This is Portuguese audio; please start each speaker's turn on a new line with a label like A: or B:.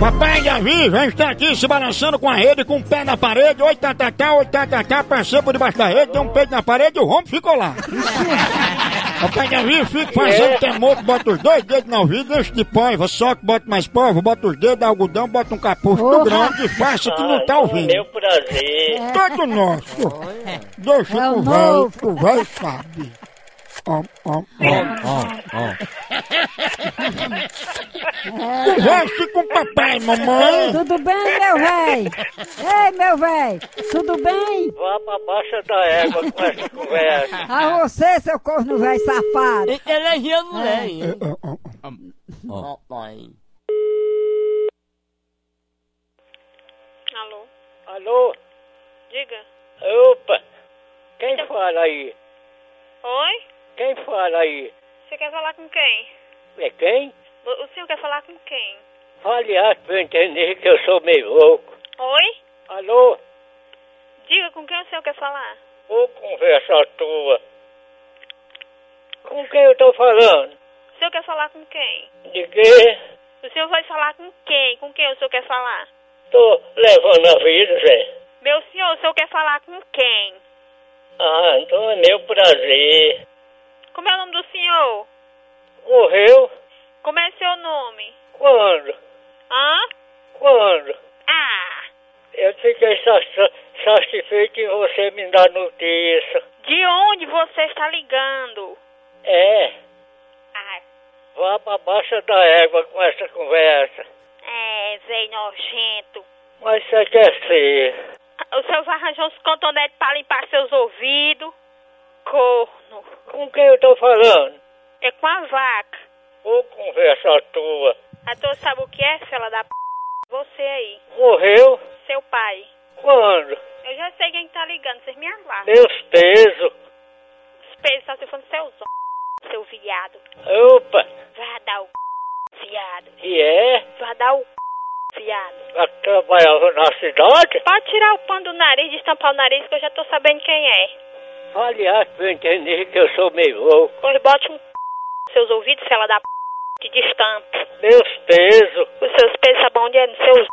A: Papai Davi já está aqui se balançando com a rede, com o pé na parede, oi tatatá, oi tatatá, passei por debaixo da rede, deu um peito na parede e o rombo ficou lá. Papai Davi fica fazendo termoto, bota os dois dedos na vida, enche de pólvora, soca, bota mais pólvora, bota os dedos, algodão, bota um capuz tudo grande, faça que não tá
B: Ai,
A: ouvindo.
B: Meu prazer.
A: Todo nosso. Deixa
C: É
A: com
C: o
A: o velho,
C: novo.
A: que o velho sabe. Ó, ó, ó. Converse com o papai, mamãe.
C: Tudo bem, meu véi? Ei, meu véi, tudo bem?
B: Vá pra baixa da égua com essa conversa.
C: A você, seu corno véi safado.
D: Ele é região mulher, hein?
C: é,
A: Ó, ó, ó.
D: Papai.
E: Alô,
B: Alô?
E: diga.
B: Opa! Quem fala aí?
E: Oi?
B: Quem fala aí?
E: Você quer falar com quem?
B: É quem?
E: O senhor quer falar com quem?
B: Fale alto pra eu entender que eu sou meio louco.
E: Oi?
B: Alô?
E: Diga com quem o senhor quer falar.
B: Ô conversa tua. Com quem eu tô falando?
E: O senhor quer falar com quem?
B: De quê?
E: O senhor vai falar com quem? Com quem o senhor quer falar?
B: Tô levando a vida, Zé.
E: Meu senhor, o senhor quer falar com quem?
B: Ah, então é meu prazer.
E: Como é o nome do senhor?
B: Morreu?
E: Como é seu nome?
B: Quando?
E: Hã?
B: Quando?
E: Ah!
B: Eu é fiquei sa- sa- satisfeito em você me dar notícia.
E: De onde você está ligando?
B: É,
E: Ah,
B: vá pra baixa da égua com essa conversa.
E: é, véi nojento.
B: Mas você quer ser.
E: Ah, O senhor vai arranjar uns cotonetes para limpar seus ouvidos? Corno.
B: Com quem eu tô falando?
E: É com a vaca.
B: Ô conversa tua.
E: A tua sabe o que é, fela da p... Você aí,
B: Morreu?
E: seu pai.
B: Quando?
E: Eu já sei quem tá ligando, vocês me aguardam.
B: Meus pesos.
E: Os pesos tá se falando seus o... seu viado.
B: Opa,
E: Vá dar o c... viado.
B: e é?
E: Vá dar o c... viado.
B: Já trabalhava na cidade?
E: Pode tirar o pano do nariz, destampar o nariz, que eu já tô sabendo quem é.
B: Aliás, pra eu entender que eu sou meio louco.
E: Pois bote um c... nos seus ouvidos, fela da p... de destampe.
B: Meus pesos.
E: Os seus pesos sabão de é nos seus...